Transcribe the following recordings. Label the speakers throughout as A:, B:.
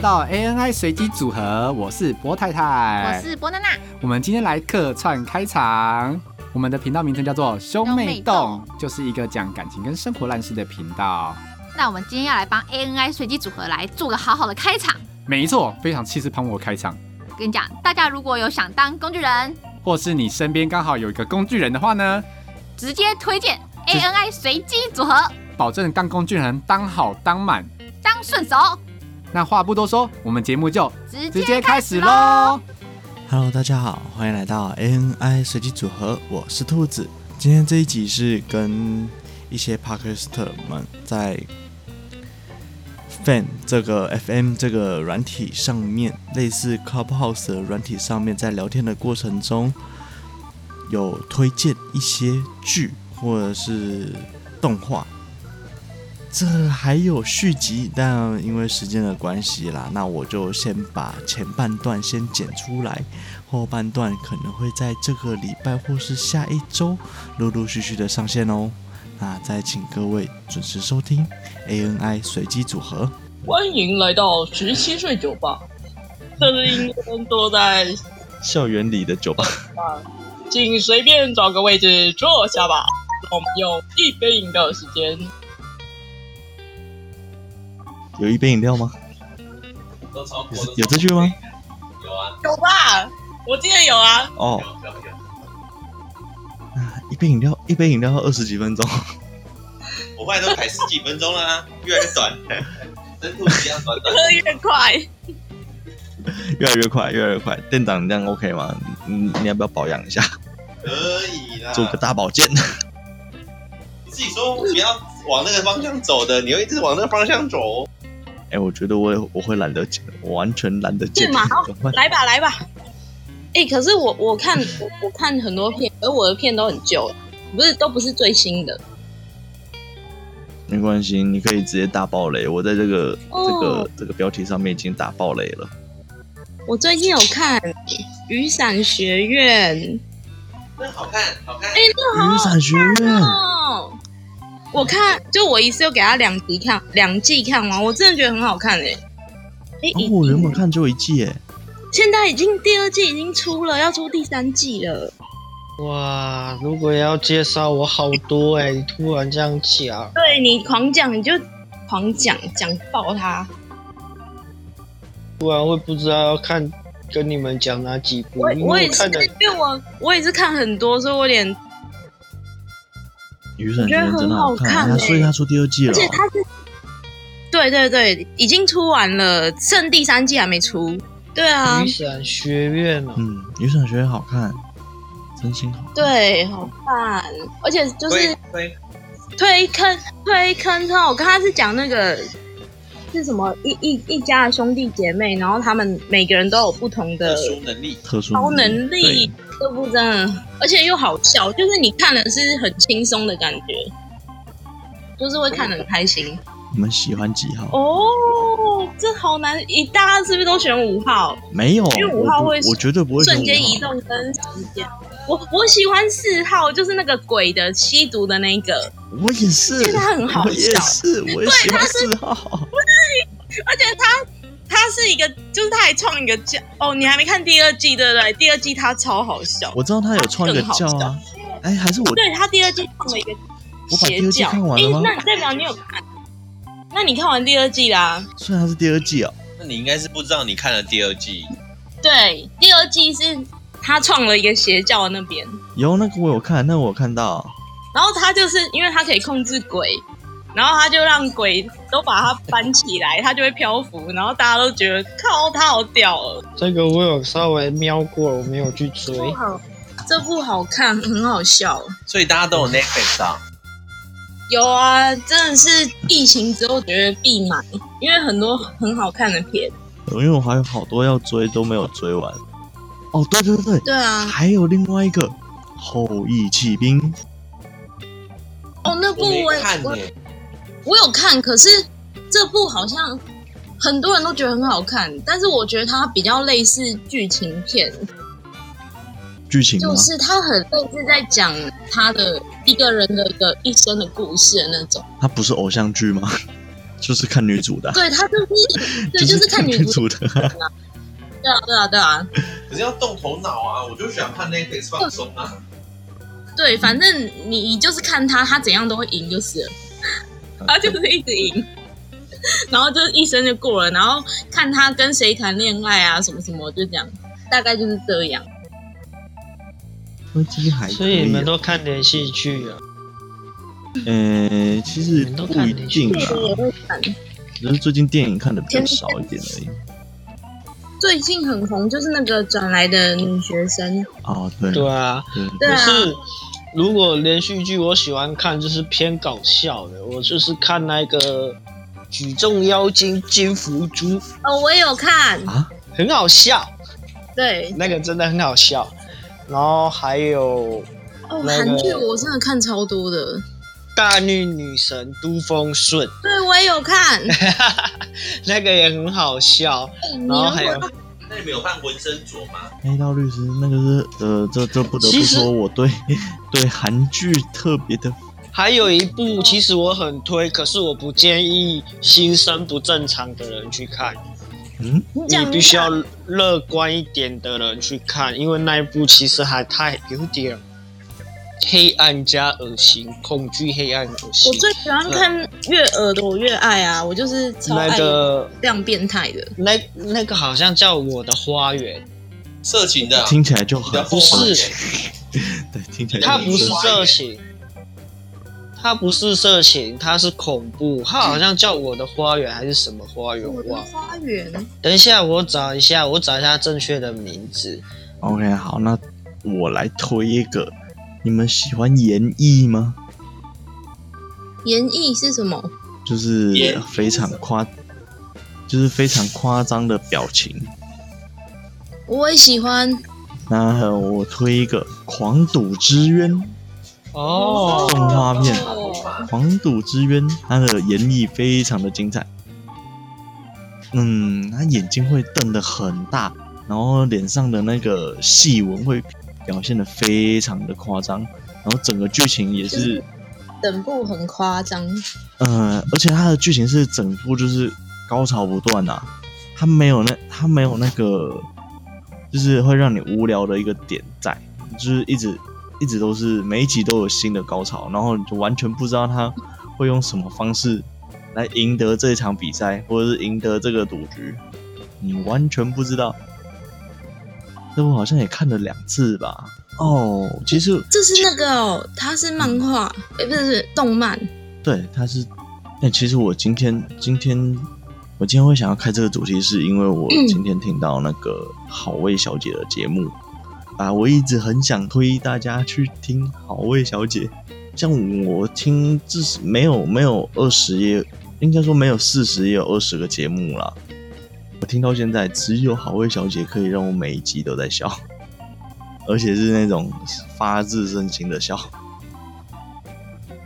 A: 到 ANI 随机组合，我是波太太，
B: 我是波娜娜。
A: 我们今天来客串开场。我们的频道名称叫做“兄妹洞”，就是一个讲感情跟生活烂事的频道。
B: 那我们今天要来帮 ANI 随机组合来做个好好的开场。
A: 没错，非常气势磅礴开场。
B: 跟你讲，大家如果有想当工具人，
A: 或是你身边刚好有一个工具人的话呢，
B: 直接推荐 ANI 随机组合，
A: 保证当工具人当好当满。
B: 当顺手。
A: 那话不多说，我们节目就
B: 直
A: 直接开始
B: 喽
A: 喽。。
C: Hello，大家好，欢迎来到 ANI 随机组合，我是兔子。今天这一集是跟一些 Podcaster 们在 Fan 这个 FM 这个软体上面，类似 Clubhouse 的软体上面，在聊天的过程中，有推荐一些剧或者是动画。这还有续集，但因为时间的关系啦，那我就先把前半段先剪出来，后半段可能会在这个礼拜或是下一周陆陆续续的上线哦。那再请各位准时收听 ANI 随机组合。
D: 欢迎来到十七岁酒吧，这是应该都在，
C: 校园里的酒吧，
D: 请随便找个位置坐下吧。我们有一杯饮料的时间，
C: 有一杯饮料吗？有这句吗？
D: 有吧？我记得有啊。
C: 哦，啊一杯饮料，一杯饮料要二十几分钟，
E: 我后来都改十几分钟了、啊，越来越短，深度一样短短。
D: 喝越快，
C: 越来越快，越来越快。店长，你这样 OK 吗？你你要不要保养一下，
E: 可以啦。
C: 做个大保健？
E: 你自己说不要往那个方向走的，你又一直往那个方向走。
C: 哎、我觉得我也我会懒得剪，我完全懒得剪。
D: 是吗好
C: 赶快
D: 来吧，来吧。哎、可是我我看我我看很多片，而我的片都很旧了，不是都不是最新的。
C: 没关系，你可以直接大爆雷。我在这个、这
D: 哦
C: 个这个标题上面已经打爆雷了。
D: 我最近有看《雨伞学院》，
E: 那好看，好看。
D: 哎
C: 雨伞学院，
D: 哦，我看就我一次又给他两集看，两季看完，我真的觉得很好看哎、欸。哎、
C: 哦
D: 已，
C: 我原本看只有一季耶，
D: 现在已经第二季已经出了，要出第三季了。
F: 哇，啊如果要介绍我好多哎、你突然这样讲，
D: 对你狂讲，你就狂讲讲爆它。
F: 突然会不知道要看跟你们讲哪几部，
D: 我
F: 因
D: 我
F: 为
D: 也
F: 我
D: 是，
F: 看的
D: 因为我我也是看很多，所以我有点，
C: 雨伞学院真的好
D: 我觉得很好看
C: 它
D: 耶
C: 所以它出第二季了
D: 而
F: 啊
C: 哦、
D: 且它是，对对对，已经出完了，剩第三季还没出。对啊
F: 雨，伞学院哦、
C: 嗯，雨伞学院好看，真心好看。
D: 对，好看，而且就是
E: 推推
D: 推坑推坑超好看，他是讲那个是什么一一一家的兄弟姐妹，然后他们每个人都有不同的
E: 特殊能力，
C: 特殊
D: 超能力
C: 嗯对，
D: 这部真的，而且又好笑，就是你看的是很轻松的感觉，就是会看得很开心。
C: 你们喜欢几号？
D: 哦，这好难，一大家是不是都选五号？
C: 没有，
D: 因为五
C: 我
D: 号
C: 不
D: 会
C: 我绝对不会选
D: 瞬间
C: 五号
D: 移。动跟时间。我我喜欢四号，就是那个鬼的吸毒的那一个，
C: 我也是，
D: 因为它很好
C: 我也
D: 笑
C: 是，我也喜欢四号。
D: 而且他他是一个，就是他还创一个教哦，你还没看第二季对不对？第二季他超好笑，
C: 我知道他有创一个
D: 更好
C: 教啊，哎，还是我
D: 对他第二季创了一个
C: 我把第
D: 邪
C: 二季
D: 教。
C: 看完了吗
D: 诶那代表你有看？那你看完第二季啦？
C: 虽然它是第二季哦，
E: 那你应该是不知道你看了第二季，
D: 对，第二季是他创了一个邪教的那边，
C: 有那个我有看，那个我有看到。
D: 然后他就是因为他可以控制鬼。然后他就让鬼都把它搬起来， 他就会漂浮，然后大家都觉得靠，他好屌哦！
F: 这个我有稍微瞄过，我没有去追。
D: 这部好看，很好笑。
E: 所以大家都有 Netflix 啊。
D: 有啊，真的是疫情之后觉得必买，因为很多很好看的片。
C: 因为我还有好多要追都没有追完。哦，对对对对，
D: 对啊，
C: 还有另外一个《后羿弃兵》，
D: 哦，那部
E: 我没
D: 我
E: 看欸
D: 我
E: 呢、
D: 我有看，可是这部好像很多人都觉得很好看，但是我觉得它比较类似剧情片，
C: 剧情吗
D: 就？是它很类似在讲他的一个人的一个一生的故事的那种。
C: 它不是偶像剧吗？ 就是看女主的啊，
D: 对他就是 对，就是看女
C: 女
D: 主。
C: 主的啊。
D: 对啊，对啊，对啊，
E: 可是要动头脑啊，我就想看 Netflix 放松啊。
D: 对，反正你你就是看他，他怎样都会赢就是了，他就是一直赢，然后就是一生就过了，然后看他跟谁谈恋爱啊，什么什么，就这样，大概就是这样。
C: 柯基还可
F: 所以你们
C: 啊
F: 都看连续剧啊？
C: 呃，其实
F: 你们都
C: 不
F: 看
C: 一
F: 连续
C: 定
F: 剧
D: 对，我
C: 啦，
D: 会看。
C: 只是最近电影看的比较少一点而已。
D: 最近很红就是那个转来的女学生，
C: 哦，对
F: 对啊，
C: 对
D: 对
F: 可
D: 啊，
F: 是如果连续剧，我喜欢看就是偏搞笑的，我就是看那个举重妖精金福珠，
D: 哦，我也有看，
C: 啊，
F: 很好笑，
D: 对，
F: 那个真的很好笑。然后还有
D: 哦，
F: 那个
D: 韩剧我真的看超多的，
F: 大力女神都风顺，
D: 对我也有 看，哎
F: 那个也很好笑。
D: 你
F: 然
D: 如
F: 后
D: 果
F: 还有
E: 那你们有看《纹身左》吗？
C: 黑道律师那个是呃，这这不得不
F: 其实
C: 说，我对对韩剧特别的
F: 还有一部，其实我很推，可是我不建议心生不正常的人去看。
C: 嗯，
D: 这样
F: 你必须要乐观一点的人去看，因为那一部其实还太有点黑暗加恶心，恐惧黑暗恶心
D: 我。最喜欢看悦耳的，我越爱啊，我就是超爱
F: 那个
D: 这样变态的。
F: 那那个好像叫《我的花园
E: 色情的啊、
C: 听起来就
E: 你
C: 很
E: 的后
F: 不是
E: 花园
C: 对，听起》，来
F: 它
C: 就
F: 不是
C: 很
F: 色情，它不是色情，它是恐怖，它好像叫《我的花园》还是什么花园
D: 我
F: 我
D: 的
F: 忘了。
D: 花园，
F: 等一下，我找一下，我找一下正确的名字。
C: OK，好，那我来推一个，你们喜欢演艺吗？
D: 演绎是什么？
C: 就是
E: 演绎
C: 非常夸，就是非常夸张的表情。
D: 我也喜欢。
C: 那我推一个《狂赌之渊》
F: 哦，
C: 动画片，
D: 哦
C: 《狂赌之渊》它的演绎非常的精彩。嗯，他眼睛会瞪得很大，然后脸上的那个细纹会表现的非常的夸张，然后整个剧情也
D: 就是是整部很夸张，
C: 呃，而且它的剧情是整部就是高潮不断呐、啊，它没有那它没有那个，就是会让你无聊的一个点在，就是一直一直都是每一集都有新的高潮，然后你就完全不知道他会用什么方式来赢得这场比赛，或者是赢得这个赌局，你完全不知道。这我好像也看了两次吧。哦，其实
D: 这是那个哦，它是漫画，诶，不是不是动漫，
C: 对，它是。那、其实我今天今天我今天会想要开这个主题，是因为我今天听到那个好味小姐的节目啊，我一直很想推大家去听好味小姐。像我听至少没有没有二十页，应该说没有四十也有二十个节目啦。我听到现在，只有好味小姐可以让我每一集都在笑， 而且是那种发自真心的笑。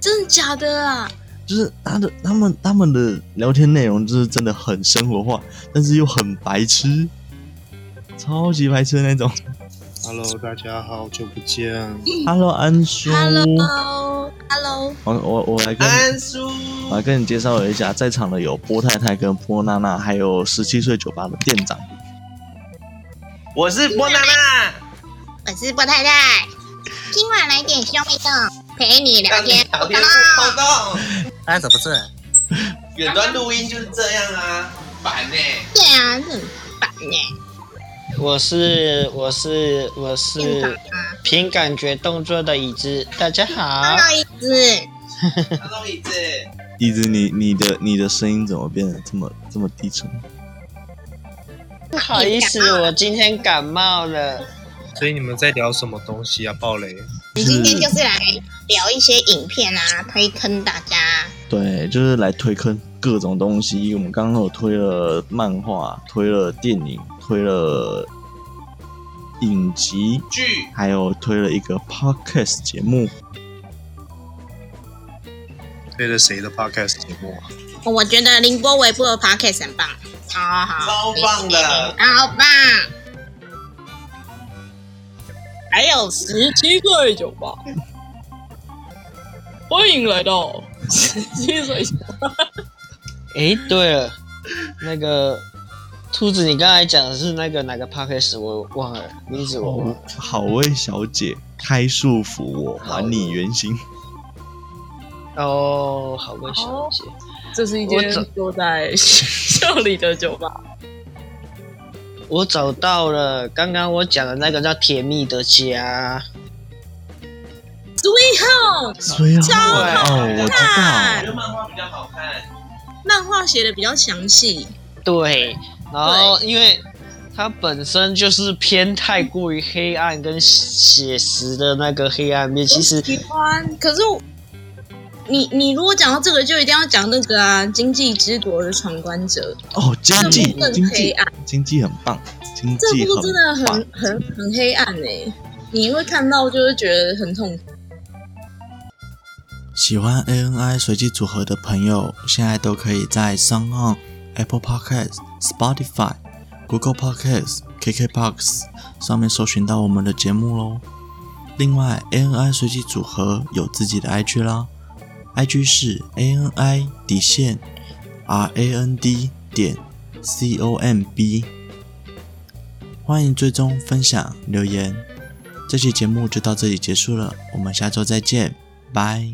D: 真的假的啊？
C: 就是他的他们他们的聊天内容就是真的很生活化，但是又很白痴，超级白痴的那种。
G: Hello，大家好久不见。
C: Hello，安叔
D: Hello，Hello，
C: 我我我来跟
E: 安叔，
C: 我来跟你介绍一下，在场的有波太太跟波娜娜，还有十七岁酒吧的店长。
E: 我是波娜娜，
H: 我是波太太，今晚来点兄妹洞，陪你聊
E: 让你
H: 天。
E: 聊天不空洞。
G: 哎，怎么这？
E: 远端录音就是这样啊，烦呢、
F: 嗯
H: 对啊，这很烦
D: 欸
H: 呢。
F: 我是我是我是
D: 啊
F: 凭感觉动作的椅子，大家好。
H: 不好意思，
E: 他弄椅子，
C: 一直你你的你的声音怎么变得这么这么低沉？
F: 不好意思，我今天感冒了。
G: 所以你们在聊什么东西啊？暴雷？
H: 你今天就是来聊一些影片啊，推坑大家。
C: 对，就是来推坑各种东西。我们刚刚有推了漫画，推了电影，推了影集，
E: 剧
C: 还有推了一个 podcast 节目，
G: 推了谁的 podcast 节目啊？
H: 我觉得林波微博的 podcast 很棒，超好，
E: 超棒的，
H: 超棒。
D: 还有十七岁酒吧，欢迎来到十七岁酒吧。
F: 诶，对了，那个兔子，你刚才讲的是那个哪个 podcast？我忘了名字，我忘了。
C: 好味小姐开束缚我，还你原形。
F: 哦，好味小姐，
D: 这是一
F: 我
D: 间
F: 走
D: 坐在校里的酒吧。
F: 我找到了，刚刚我讲的那个叫《甜蜜的家》。
D: Sweet Home
C: 所以啊
D: 超
C: 哦，
E: 好
C: 我
E: 我觉
C: 知
E: 得漫画比较好看。
D: 漫画写的比较详细，
F: 对，然后因为它本身就是偏太过于黑暗跟写实的那个黑暗面，其实
D: 喜欢。可是我你你如果讲到这个，就一定要讲那个啊，《经济之国的闯关者
C: 道哦，经济
D: 这部分
C: 经
D: 黑
C: 济
D: 暗
C: 经济很棒，经》济
D: 这部
C: 很
D: 真的
C: 棒
D: 很很很黑暗哎、你会看到就是觉得很痛苦。
C: 喜欢 ANI 随机组合的朋友，现在都可以在 s o n g Apple Podcast、Spotify、Google Podcast、KKBox 上面搜寻到我们的节目喽。另外，ANI 随机组合有自己的 IG 啦，IG 是 ANI 底线 RAND 点 COMB，欢迎追踪、分享、留言。这期节目就到这里结束了，我们下周再见，拜。